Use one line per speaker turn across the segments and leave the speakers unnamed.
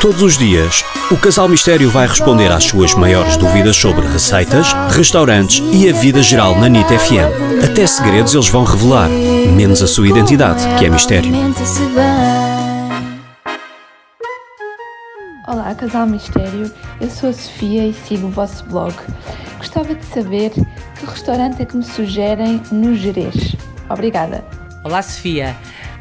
Todos os dias, o Casal Mistério vai responder às suas maiores dúvidas sobre receitas, restaurantes e a vida geral na NIT FM. Até segredos eles vão revelar, menos a sua identidade, que é mistério.
Olá, Casal Mistério. Eu sou a Sofia e sigo o vosso blog. Gostava de saber que restaurante é que me sugerem no Jerez. Obrigada.
Olá Sofia,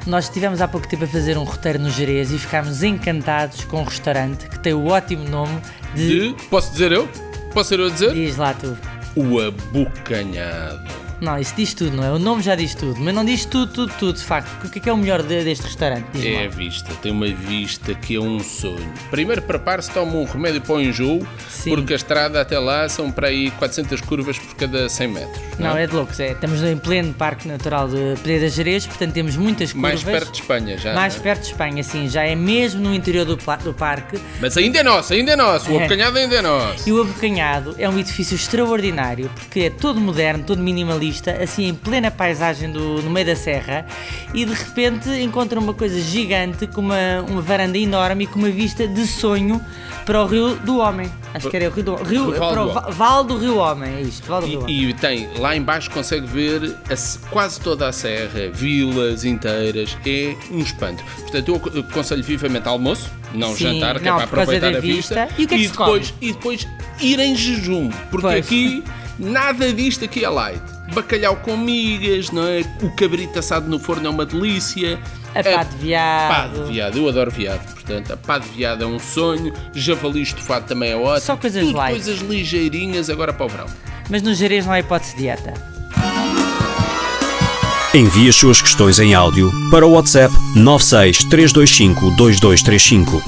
nós estivemos há pouco tempo a fazer um roteiro no Jerez e ficámos encantados com um restaurante que tem o ótimo nome de...
E, posso dizer eu? Posso ser eu a dizer?
Diz lá tu.
O abocanhado.
Não, isso diz tudo, não é? O nome já diz tudo, mas não diz tudo, tudo, tudo, de facto. Porque O que é, que é o melhor de- deste restaurante? Diz
É a vista, tem uma vista que é um sonho. Primeiro prepare-se, toma um remédio para o enjoo,
Sim.
porque a estrada até lá são para aí 400 curvas por cada 100 metros. não
Não,
é?
é de loucos, é. Estamos em pleno Parque Natural de Pereira Jerez, portanto temos muitas curvas.
Mais perto de Espanha já.
Mais
não é?
perto de Espanha, sim, já é mesmo no interior do, pla- do parque.
Mas ainda é nosso, ainda é nosso, o abocanhado ainda é nosso.
E o Abocanhado é um edifício extraordinário porque é todo moderno, todo minimalista, assim em plena paisagem do, no meio da serra e de repente encontra uma coisa gigante com uma, uma varanda enorme e com uma vista de sonho para o Rio do Homem. Acho que era o Rio do Rio,
Val do
para o
Homem.
Va- Val do Rio Homem, é isto, Val do Rio Homem.
E, e tem, lá embaixo consegue ver a se- quase toda a serra, vilas inteiras, é um espanto. Portanto, eu ac- aconselho vivamente almoço, não
Sim,
jantar, que
não,
é para
por causa
aproveitar
da
a vista.
vista. E o que é que se come?
depois, e depois ir em jejum, porque
Pois.
aqui nada disto aqui é light. Bacalhau com migas, não é? O cabrito assado no forno é uma delícia.
A pá de viado.
é Pá de viado, eu adoro viado, portanto, a pá de viado é um sonho, javali estufado também é ótimo.
Só coisas
Tudo
light.
coisas ligeirinhas agora para o verão.
Mas no Jerez não há hipótese de dieta.
Envie as suas questões em áudio para o WhatsApp 963252235.